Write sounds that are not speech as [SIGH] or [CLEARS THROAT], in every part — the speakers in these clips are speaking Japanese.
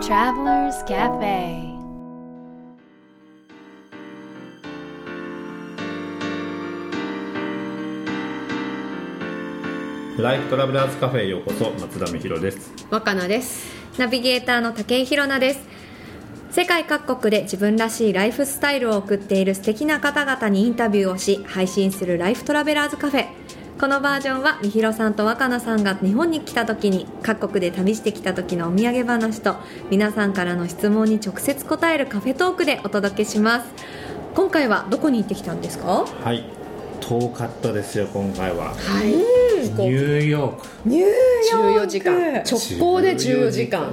Travelers Cafe ライフトラベラーズカフェへようこそ松田美弘です若菜ですナビゲーターの武井宏奈です。世界各国で自分らしいライフスタイルを送っている素敵な方々にインタビューをし、配信するライフトラベラーズカフェ。このバージョンは、みひろさんと若菜さんが日本に来た時に、各国で旅してきた時のお土産話と、皆さんからの質問に直接答えるカフェトークでお届けします。今回はどこに行ってきたんですかはい遠かったですよ今回ははいニューヨークニュー14時間直行で14時間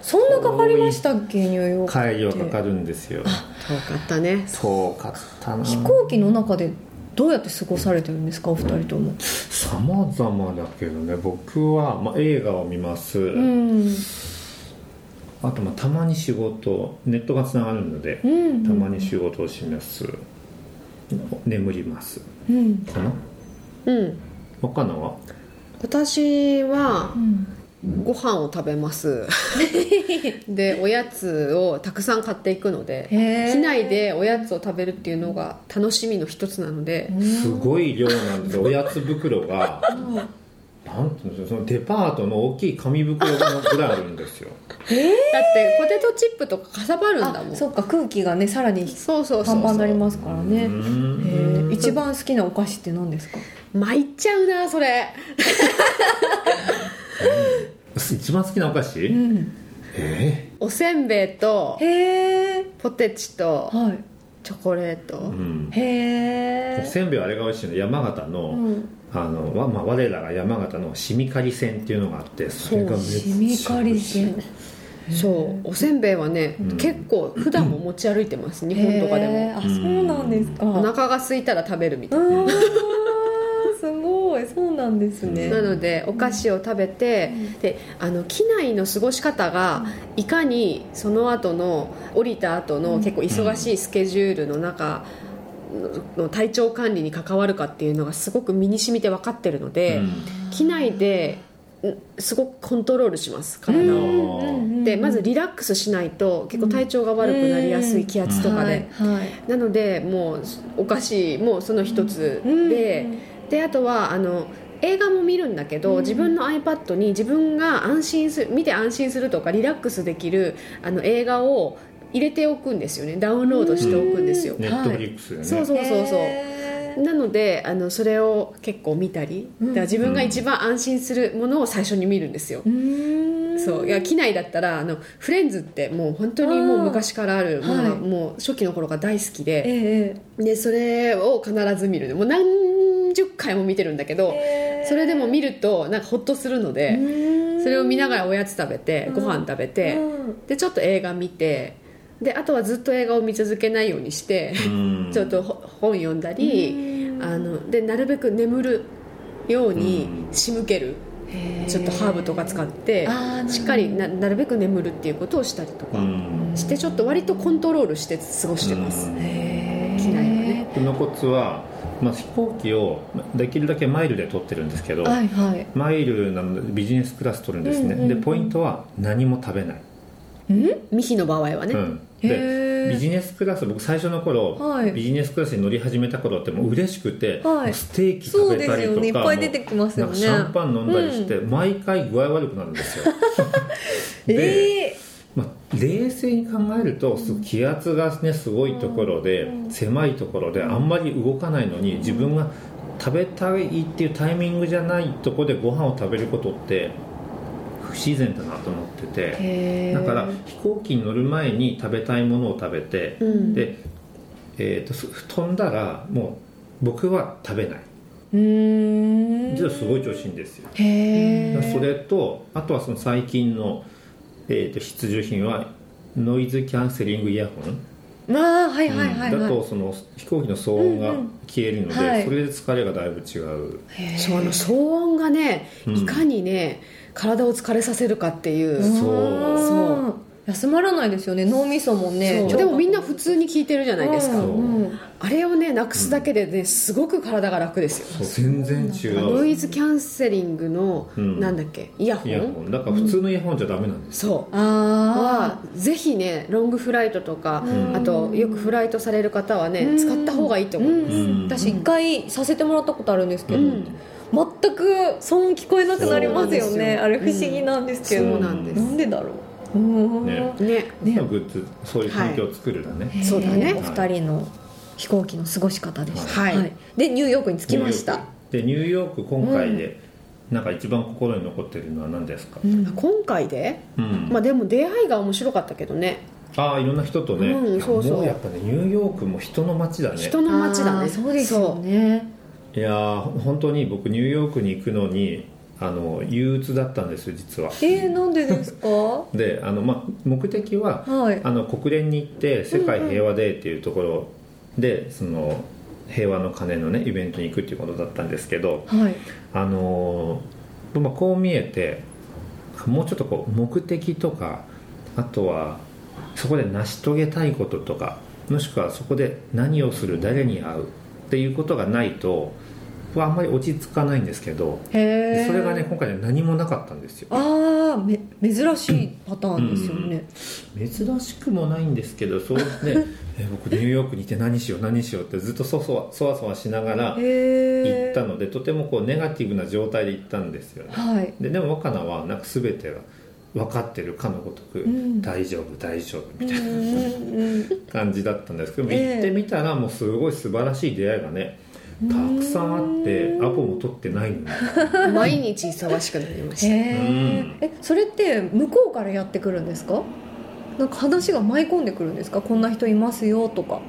そんなかかりましたっけ、ニューヨーク。帰りはかかるんですよ遠かったね遠かったな飛行機の中でどうやって過ごされてるんですかお二人ともさまざまだけどね僕は、まあ、映画を見ます、うんあと、まあ、たまに仕事ネットがつながるのでう、んたまに仕事をします眠りますうんかなうん他のは私はうんご飯を食べます [LAUGHS] でおやつをたくさん買っていくのでへー機内でおやつを食べるっていうのが楽しみの一つなので、すごい量なんですよおやつ袋がなんていうんですかそのデパートの大きい紙袋のぐらいあるんですよだってポテトチップとかかさばるんだあもんそっか空気がねさらにそうそうパそンパンにうなりますからうねえーんー一番好きなお菓子って何ですか参っちゃうなそれ一番好きなお菓子、うんえおせんべいとへえポテチとはいチョコレート、ーうんへおえせんべいはあれが美味しいの山形の,、あのわまあ、我らが山形のしみかり線っていうのがあってそれがめっしちみゃか美り味しい線そうおせんべいはね、うん結構普段も持ち歩いてます日本とかでへーもあそうなんですかお腹が空いたら食べるみたいうな、んすごいそうなんですねなのでお菓子を食べて、であの機内の過ごし方がいかにその後の降りた後の結構忙しいスケジュールの中の体調管理に関わるかっていうのがすごく身に染みて分かってるので、機内でうんすごくコントロールします体うを。んうんうんでまずリラックスしないと結構体調が悪くなりやすい気圧とかで、はいはいなのでもうお菓子もその一つで、であとはあの映画も見るんだけど、自分の iPad に自分が安心する見て安心するとかリラックスできるあの映画を入れておくんですよねダウンロードしておくんですよ、ネットフリックスでね、そうそうそうそうへーなのであのそれを結構見たり、だから自分が一番安心するものを最初に見るんですよ、うーんそういや機内だったらあのフレンズってもう本当にもう昔からあるあーものが、はいもう初期の頃が大好きで、ええでそれを必ず見るもう何十回も見てるんだけど、えそれでも見るとなんかホッとするのうで、ーんそれを見ながらおやつ食べて、うんご飯食べて、うんでちょっと映画見てであとはずっと映画を見続けないようにして、うんちょっとほ本読んだり、あのでなるべく眠るように仕向ける、ちょっとハーブとか使ってあーなるほどしっかりななるべく眠るっていうことをしたりとうかんしてちょっと割とコントロールして過ごしてます、へー機内はね僕のコツは、まあ、飛行機をまあできるだけマイルで取ってるんですけど、はいはいマイルなのでビジネスクラス取るんですね、うんうんうでんポイントは何も食べない、ミヒの場合はね、うん、へでービジネスクラス僕最初の頃、はいビジネスクラスに乗り始めた頃ってもう嬉しくて、はいステーキそ食うべでたすりとよかねいっぱい出てもきますうなんよねかシャンパン飲んだりして、毎回具合悪くなるん [LAUGHS] ですよで、ええまあ、冷静に考えるとすごい気圧がねすごいところで、狭いところであんまり動かないのに自分が食べたいっていうタイミングじゃないとこでご飯を食べることって不自然だなと思っててへだから飛行機に乗る前に食べたいものを食べて、うんで、えー、とす飛んだらもう僕は食べないうん実はすごい調子いいんですよ、へえだからそれとあとはその最近の、えー、と必需品はノイズキャンセリングイヤホンまあはいはいはいうんだはとその飛行機の騒音が消えるので、うんうんはいそれで疲れがだいぶ違う、いへーそうあの騒音がねうんいかにね、体を疲れさせるかっていう、そううんそう休まらないですよね脳みそもねそうちょっでともみんな普通に聞いてるじゃないですか、うんうんあれをねなくすだけでねすごく体が楽ですそよう全然違ノうイズキャンセリングの、うんなんだっけイヤホンイヤホンだから普通のイヤホンじゃダメなんですそうあはぜひねロングフライトとか、うんあとよくフライトされる方はね、うん使った方がいいとあ、思う、うん私一回させてもらったことあるんですけど、うん全く騒音聞こえなくなりますよそうなんですねよあれ不思議なんですけど、そうなんでなすんでだろう、うんねねねグッズそういう環境を作るだね、へーそうだねお二人の飛行機の過ごし方でした、はいでニューヨークに着きましたでニューヨーク今回で、なんか一番心に残ってるのは何ですか、うん今回で、うんまあ、でも出会いが面白かったけどねああいろんな人とね、うんそうそうもうやっぱねニューヨークも人の街だね人の街だあねーそうですよねいやー本当に僕ニューヨークに行くのにあの憂鬱だったんですよ実はえー、なんでですかはであの、まあ、目的はいあの国連に行って世界平和デーっていうところで、その平和の鐘のねイベントに行くっていうことだったんですけどはいあのーまあ、こう見えてもうちょっとこう目的とかあとはそこで成し遂げたいこととかもしくはそこで何をする誰に会うっていうことがないと僕はあんまり落ち着かないんですけどへでえそれがね今回ね何もなかったんですよああめ珍しいパターンですよね、珍しくもないんですけど [LAUGHS] そうですねえ僕ニューヨークにいて何しよう何しようってずっとそわそわそわそわしながら行へえったのでとてもこうネガティブな状態で行ったんですよねはいででも若菜はなんか全てが分かってるかのごとく、うん大丈夫大丈夫みうんたいなうん感じだったんですけど、ええ行ってみたらもうすごい素晴らしい出会いがねたくさんあってアポも取ってないのに毎日忙しくなりまへしたえうんえそれって向こうからやってくるんですかなんか話が舞い込んでくるんですかこんな人いますよとか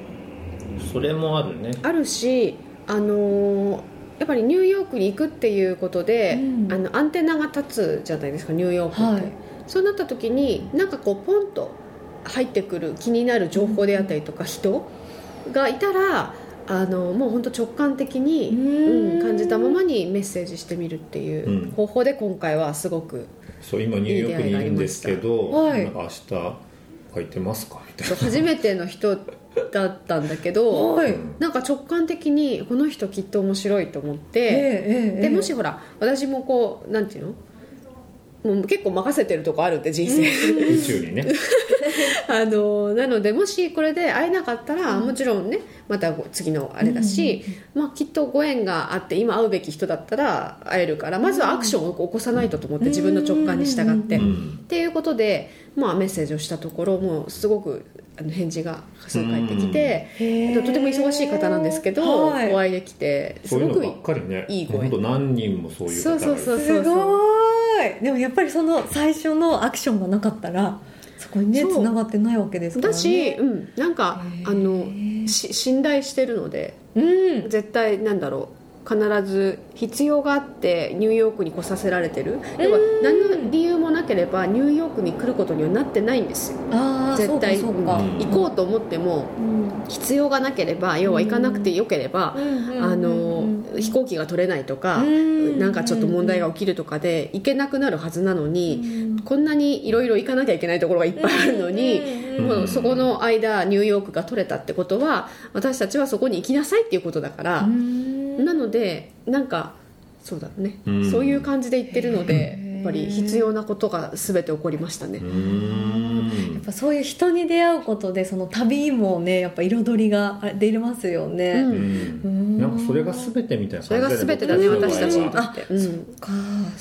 それもあるねあるしあのーやっぱりニューヨークに行くっていうことで、うんあのアンテナが立つじゃないですかニューヨークって、はいそうなった時になんかこうポンと入ってくる気になる情報であったりとか人がいたらあのもう本当直感的に、うんうん感じたままにメッセージしてみるっていううん方法で今回はすごくそう今ニューヨークにいるんですけどはいなんか明日書いてますかみたいそう初めての人だったんだけ [LAUGHS] ど、はいなんか直感的にこの人きっと面白いと思って。ええええでもしほら私もこうなんていうのもう結構任せてるとこあるんで人生、な宇宙にね [LAUGHS] あのなのでもしこれで会えなかったら、もちろんねまたご次のあれだし、まあ、きっとご縁があって今会うべき人だったら会えるからまずはアクションを起こさないとと思って、自分の直感に従って、うっんていうことで、まあ、メッセージをしたところもうすごくあの返事が数回ってきて、へとーても忙しい方なんですけど、はいお会いできてすそういうごのくばっかりねいい声もう本当何人もそういう方がいるそうそうそうすごーいでもやっぱりその最初のアクションがなかったらそこにねそうつながってないわけですから、ね、だし、うん、なんかへーあのし信頼してるのでうん絶対なんだろう必ず必要があってニューヨークに来させられてる要は何の理由もなければニューヨークに来ることにはなってないんですよああ絶対そうかそうか、行こうと思ってもうん必要がなければ要は行かなくてよければ、あの飛行機が取れないとか、うんなんかちょっと問題が起きるとかで行けなくなるはずなのに、こんなにいろいろ行かなきゃいけないところがいっぱいあるのに、うんもうそこの間ニューヨークが取れたってことは私たちはそこに行きなさいっていうことだから、なのでなんかそうだね、うんそういう感じで行ってるのでへーやっぱり必要なことが全て起こりましたねう、ーやっんぱそういう人に出会うことでその旅もねやっぱ彩りが出ますよね、うんうんなんかそれが全てみたいなそれ感じだがね全てだね僕の場合私はたちにとって、うん、か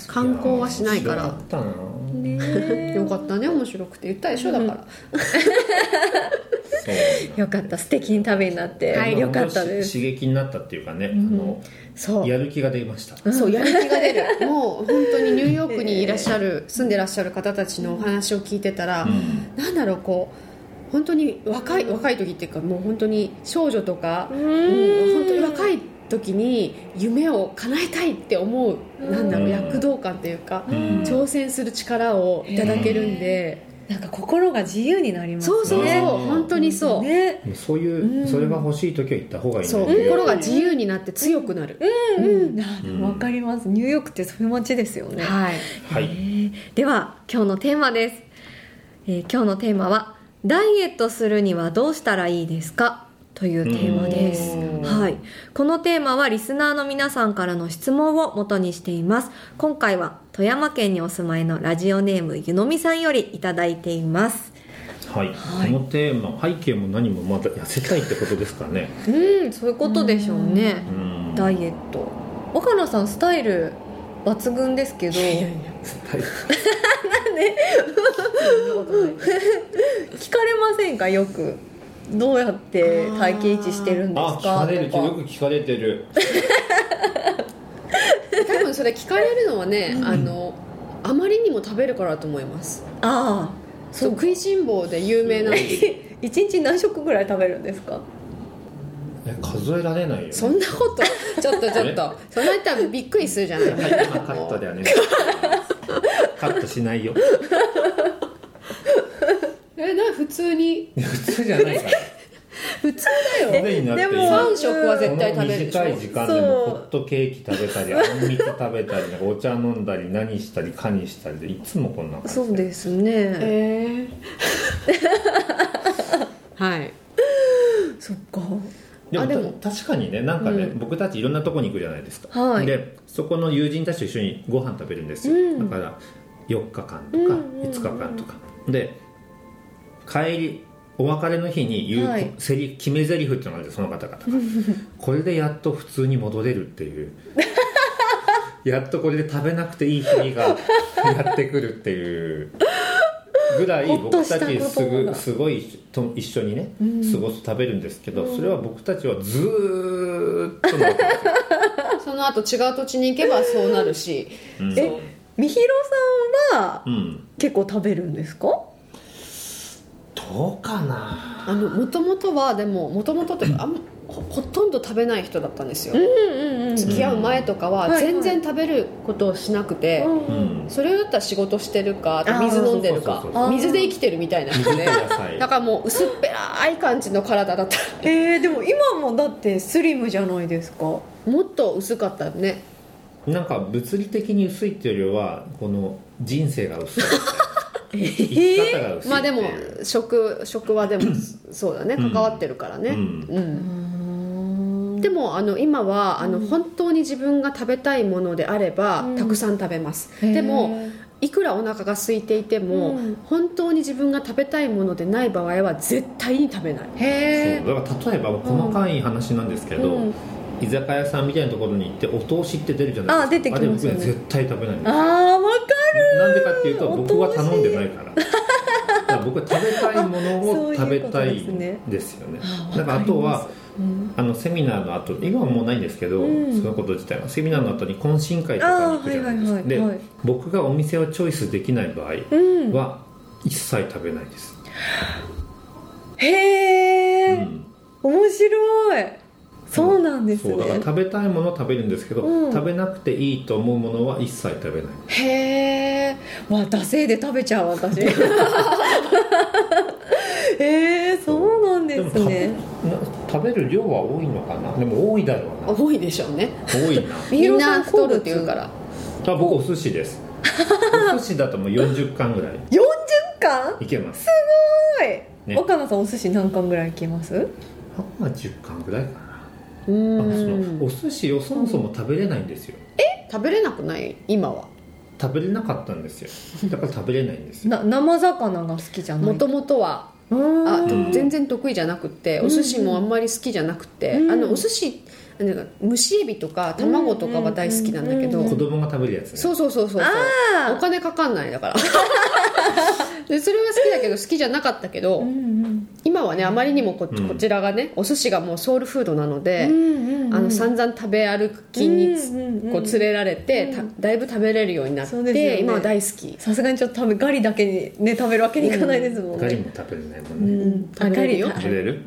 観光はしないかやーら面白かったなねよかったね面白くて言ったでしょだから、そうよかった素敵に旅になって、なんだよかったです刺激になったっていうかね、そあのうやる気が出ましたそうやる気が出るもう本当にニューヨークにいらっしゃる住んでらっしゃる方たちのお話を聞いてたら、うんなんだろうこう本当に若い若い時っていうかもう本当に少女とか、うんうん本当に若い時に夢を叶えたいって思うなんだろううん躍動感というか、うん挑戦する力をいただけるんで、なんか心が自由になりますねそうそうそう、ね本当にそう、ねもうそういうう、んそれが欲しい時は行った方がいいんだそうよね心が自由になって強くなる、うんうんあでもうんわかりますニューヨークってそういう街ですよね、はいはいえーでは今日のテーマです、ええー今日のテーマは「ダイエットするにはどうしたらいいですか?」というテーマです、うんはい、このテーマはリスナーの皆さんからの質問を元にしています今回は富山県にお住まいのラジオネームゆのみさんよりいただいていますはい、このテーマ背景も何もまだ痩せたいってことですかねうんそういうことでしょうねうんダイエット岡野さんスタイル抜群ですけどはい聞かれませんかよくどうやって体型維持してるんですあか聞かれるとかよく聞かれてる多分それ聞かれるのはね、あのあまりにも食べるからだと思いますあそう食いしん坊で有名なんですあ一日何食ぐらい食べるんですかえ数えられないよそんなことちょっとちょっとそんなったらびっくりするじゃないはい今カットだよねカットしないよえな普通に普通じゃないから普通だよ常になってでいもる3食は絶対この食べるでしょ短い時間でもホットケーキ食べたりあんみつ食べたりなんかお茶飲んだり何したりかにしたりでいつもこんな感じそうですねえーはいそっかでもあでも確かにねなんかね、うん僕たちいろんなとこに行くじゃないですか、はいでそこの友人たちと一緒にご飯食べるんですよ、うんだから4日間とかうんうんうん5日間とか、で帰りお別れの日に言う、はいセリ決め台詞っていうのがあるんですその方々 [LAUGHS] がこれでやっと普通に戻れるっていうやっとこれで食べなくていい日 [LAUGHS] がやってくるっていうぐらいほっと僕したたことちだすぐすごいと一緒にね、過ごす食べるんですけど、それは僕たちはずーっとなわけですよその後違う土地に行けばそうなるしうんえみひろさんはうん結構食べるんですかどうかなあのもともとはでももともとっていうかあんまほほとんど食べない人だったんですよ、うんうんうん付き合う前とかうんは全然食べることをしなくて、うんそれだったら仕事してるかあとあー水飲んでそうそうるかそうそう水で生きてるみたいな水人とで野菜だからもう薄っぺらい感じの体だったえー、でも今もだってスリムじゃないですかもっと薄かったねなんか物理的に薄いっていうよりはこの人生が [LAUGHS] 薄い生き方が薄いっていうまあでも食食はでもそうだねう関んわってるからね、うんうんででもあの今はあの本当に自分が食べたいものであれば、うんたくさん食べますでもいくらお腹が空いていても、うん本当に自分が食べたいものでない場合は絶対に食べないへえそうだから例えば細かい話なんですけど、うん居酒屋さんみたいなところに行ってお通しって出るじゃないですかあ出てきますよねあれ僕は絶対食べないんですああわかなんでかっていうとお通し僕は頼んでないからだから僕は食べたいものあをそう食いべうことたでいすねですよねあだからあとはる、うんあのセミナーの後今はもうないんですけど、うんそのこと自体はセミナーの後に懇親会とかに行くじゃないですか、あーはいはいはいはいで僕がお店をチョイスできない場合うん、は一切食べないです、へうえ、ん面白いそうなんですそうだからね食べたいものを食べるんですけど、うん食べなくていいと思うものは一切食べないへえわ惰性で食べちゃう [LAUGHS] 私へえそうなんででもす食べ,ねな、食べる量は多いのかなでも多いだろう [LAUGHS] な多いでしょうね多いなみんさな太る好っ物て言うからあ僕お寿司です [LAUGHS] お寿司だともう40巻ぐらい40巻いけますはい、ね岡野さんお寿司何巻ぐらいいけますまあ10巻ぐらいかなうあそんのお寿司をそもそも食べれないんですよ食べれなくない今は食べれなかったんですよだから食べれないんですよな生魚が好きじゃないもともとはうあーんうん全然得意じゃなくてうんお寿司もあんまり好きじゃなくて、うんあのお寿司なんか蒸しエビとか卵とかは大好きなんだけど、うんうんう子ん供が食べるやつねそうそうそうそうあーお金かかんないだから [LAUGHS] でそれは好きだけど好きじゃなかったけど、うんうん今はねあまりにもこ,、うんこちらがねお寿司がもうソウルフードなのうで、んうんあの散々食べ歩きにつ、うんうんうんこう連れられて、ただいぶ食べれるようになっそうて、ですよね今は大好きさすがにちょっと多分ガリだけにね食べるわけにいかないですもんガリね、も食べれないもんね、うん食べれるよあガリ食べれる、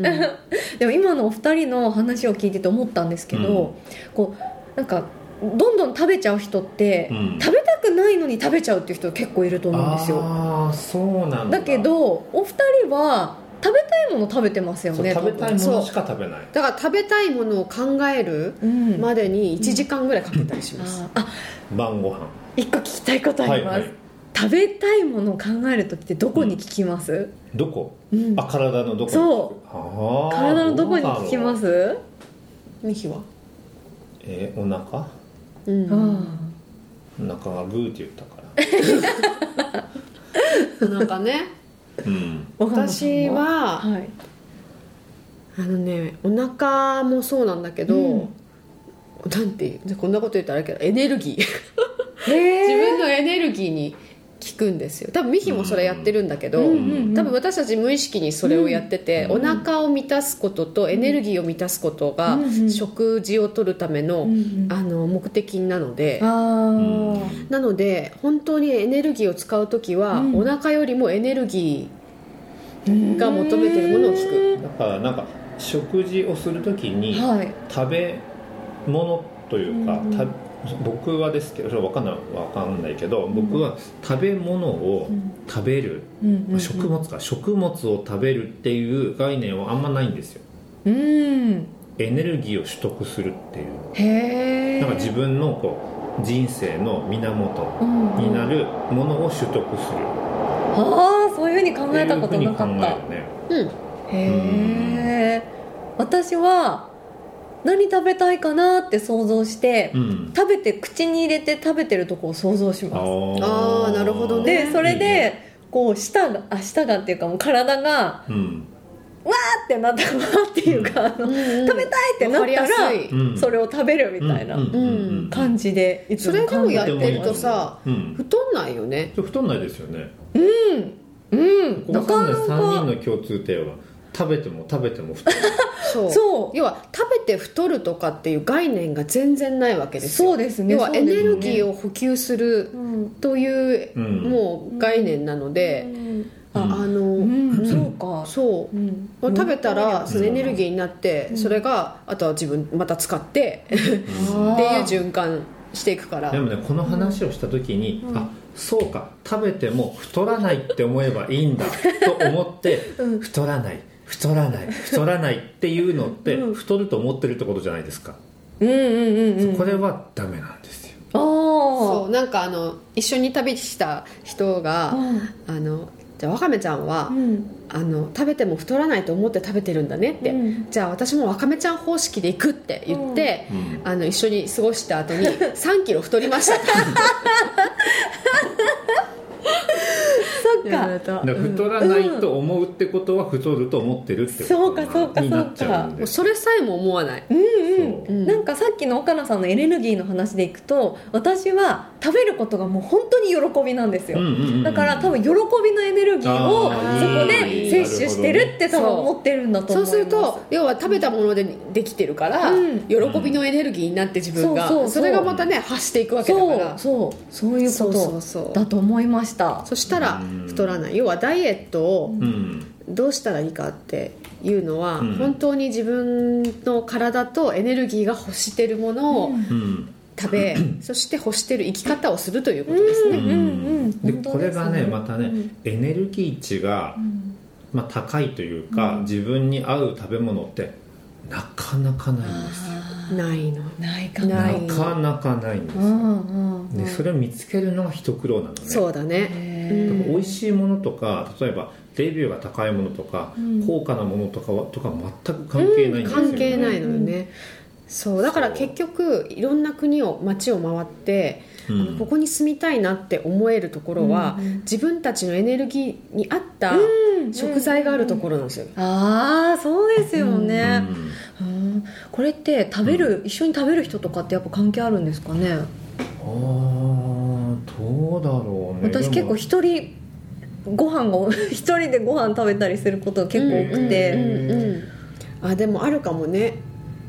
でも今のお二人の話を聞いてて思ったんですけど、こうなんかどんどん食べちゃう人って、うん食べたくないのに食べちゃうっていう人結構いると思うんですよああそうなんだだけどお二人は食べたいもの食べてますよそうね食べたいもそのうしか食べないだから食べたいものを考える多分うんまでに1時間ぐらいかけたりします、あーあ晩ご飯一個聞きたいことあります、はいはい食食べたいものを考える時ってどこに効きます、どこうんあ体のどこそうあー体のどこに効きまどうだろうすミヒはえーお腹うんうおんお腹がグーって言ったから腹ねうん岡野さん私ははいあのねお腹もそうなんだけど、うんなんていうこんなこと言ったらあれだけどエネルギー自へえ分のエネルギーに効くんですよ多分ミヒもそれやってるんだけど、うんうんうん多分私たち無意識にそれをやってて、うんお腹を満たすこととエネルギーを満たすことが、うんうん食事をとるための,、あの目的なので、あーなので本当にエネルギーを使う時は、うんお腹よりもエネルギーが求めてるものを聞くだからなんか食事をするときにはい食べ物というか、うんた僕はですけどそれわかんないわかんないけど僕は食べ物を食べる、まあ食物か食物を食べるっていう概念はあんまないんですようんエネルギーを取得するっていうへえなんか自分のこう人生の源分になるものを取得するああそういうふうに考ってえいたうこふうとにな考かっえたるねうんへえ私は何食べたいかなって想像して、うん食べて口に入れて食べてるとこを想像しますあーなるほどねでそれでいいねこう舌があ舌がっていうかもう体がうんあってなったかなっていうか、あの食食べたいってなわっかりやたらすいうんそれを食べるみたいなうんうんうん感じでいつそもれでもやっ考えてるとさうん太んないよねちょっと太んないですよねうんこなこかからなね3人かの共通点は食べても食べても太るそうそう要は食べて太るとかっていう概念が全然ないわけですよそうですね要はエネルギーを、を補給するうんという、うんもう概念なので、ああの、うん、そうかそうう、ん食べたらそのうんエネルギーになって、うんそれがあとは自分また使って、っていう循環していくからでもねこの話をした時に、うんあそうか食べても太らないって思えばいいんだと思って、うん太らない太らない太らないっていうのって、うん太ると思ってるってことじゃないですか、うんうんうんうんこれはダメなんですよああそそうなんかあの一緒に旅した人が、あのじゃあわかめちゃんは、んあの食べても太らないと思って食べてるんだねって、うんじゃあ私もわかめちゃん方式で行くって言って、うんあの一緒に過ごした後 [LAUGHS] に3キロ太りましたそっかだから太らないと思うってことは太ると思ってるってそうこかそうとかになっちゃうんもうでそれさえも思わない、うんそうんなんかさっきの岡野さんのエネルギーの話でいくと私は食べることがもう本当に喜びなんですよ、うんうんうんうんだから多分喜びのエネルギーをあそーこで摂取してるって多分思ってるんだとそ思いうますると要は食べたものでできてるから、うん喜びのエネルギーになって自分が、そうそうそうれがまたね発していくわけだかそうらそうそういうそうそうこそうとだと思いましたそしたらうん太らない要はダイエットをうんどうしたらいいかっていうのは、うん本当に自分の体とエネルギーが欲してるものをうん [CLEARS THROAT] 食べ、そして欲してる生き方をするということですうね、んうんうんで本当ですねこれがねまたね、うんエネルギー値が、まあ、高いというか、自分に合う食べ物ってなかなかないんですないのないかななーいなかなかないんですうよ、んうんうんでそれを見つけるのが一苦労なのねそうだねへーうん美味しいものとか例えばレビューが高いものとか、うん高価なものとかはとか全く関係ないんですよ、ね関係ないのよね、そうだからそう結局いろんな国を街を回って、うんあのここに住みたいなって思えるところは、うんうん自分たちのエネルギーに合った食材があるところなんですよ、ああそうですようね、んうんこれって食べる、一緒に食べる人とかってやっぱ関係あるんですかねあーどうだろうね私結構人一人ご飯を一人でご飯食べたりすることが結構多くうんて、うんうんあでもあるかもね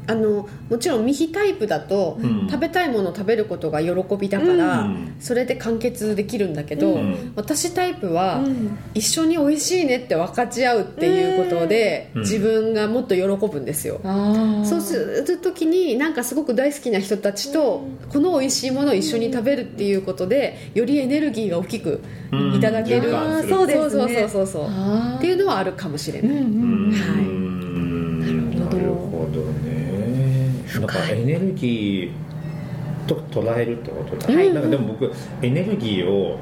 あのもちろんミヒタイプだと、うん食べたいものを食べることが喜びだから、うんそれで完結できるんだけど、うん私タイプは、うん一緒に美味しいねって分かち合うっていうことで、うん自分がもっと喜ぶんですよ、ああそうする時になんかすごく大好きな人たちとこの美味しいものを一緒に食べるっていうことでよりエネルギーが大きくいただける、うんあー循環するそうでそすねうそうそうそうあーっていうのはあるかもしれうない、んうんうんうんななるほどるほどねだからエネルギーと捉えるってことだ、はいなんかでも僕エネルギーをなん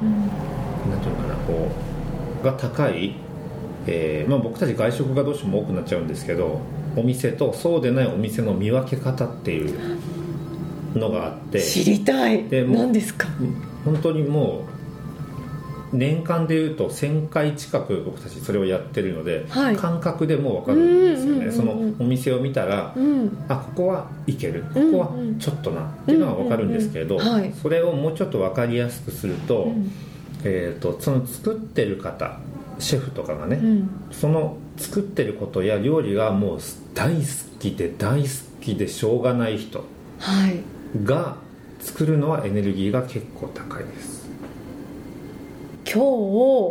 ていうのかなこうが高い、えーまあ、僕たち外食がどうしても多くなっちゃうんですけどお店とそうでないお店の見分け方っていうのがあって知りたいでもう何ですか本当にもう年間でいうと1000回近く僕たちそれをやってるので、はい感覚でもう分かるんですよね、うんうんうんうんそのお店を見たらうんあここはいけるこうんこはちょっとなっていうのは分かるんですけれど、うんうんうんはいそれをもうちょっと分かりやすくすると,、うんえー、とその作ってる方シェフとかがね、うんその作ってることや料理がもう大好きで大好きでしょうがない人はいが作るのはエネルギーが結構高いですう今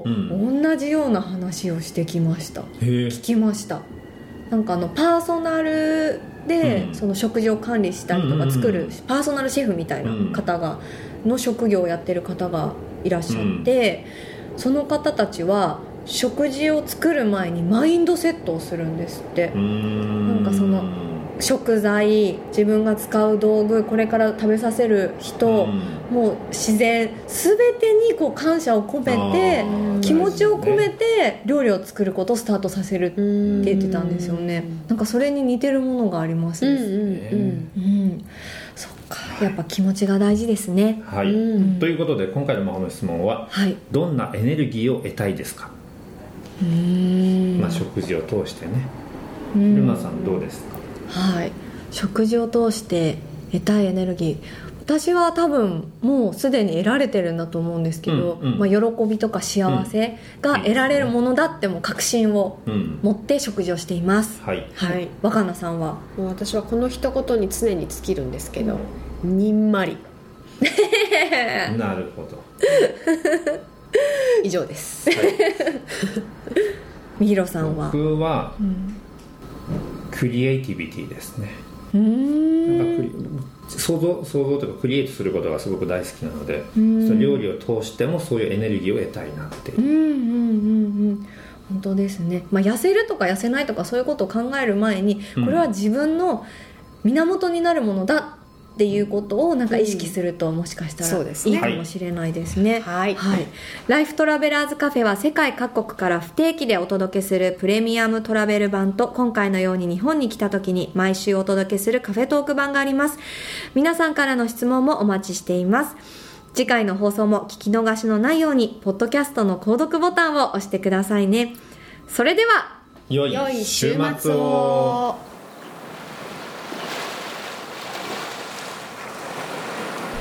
ん日同じような話をしてきましたへえ聞きましたなんかあのパーソナルでうんその食事を管理したりとうんうんうかん作るパーソナルシェフみたいな方がの職業をやってる方がいらっしゃってその方たちは食事を作る前にマインドセットをするんですっなてんかその食材自分が使う道具これから食べさせる人もう自然全てにこう感謝を込めて気持ちを込めて料理を作ることをスタートさせるってうん言ってたんですよねなんかそれに似てるものがありますうんうねんうん、そっかやっぱ気持ちが大事ですねはうんうい、んということで今回の魔法の質問ははいどんなエネルギーを得たいですか、うんまあ、食事を通してねうんルナさんどうですかはい食事を通して得たいエネルギー私は多分もうすでに得られてるんだと思うんですけど、うんうんまあ、喜びとか幸せが得られるものだっても確信をうん持って食事をしています、はいはいはい若菜さんはもう私はこの一言に常に尽きるんですけどにんまりなるほど、 [LAUGHS] 以上ですはいみひろさんは僕はうんクリエイティビティですねうーんなんかクリ想像想像というかクリエイトすることがすごく大好きなので、うんその料理を通してもそういうエネルギーを得たいなって、うんうんうんうん本当ですね、まあ、痩せるとか痩せないとかそういうことを考える前にうんこれは自分の源になるものだっていうことをなんか意識するともしかしたそらうですいねいかもしれないですね。はいはい、ライフトラベラーズカフェは世界各国から不定期でお届けするプレミアムトラベル版と今回のように日本に来た時に毎週お届けするカフェトーク版があります皆さんからの質問もお待ちしています次回の放送も聞き逃しのないようにポッドキャストの購読ボタンを押してくださいねそれでは良良いい週週末末をを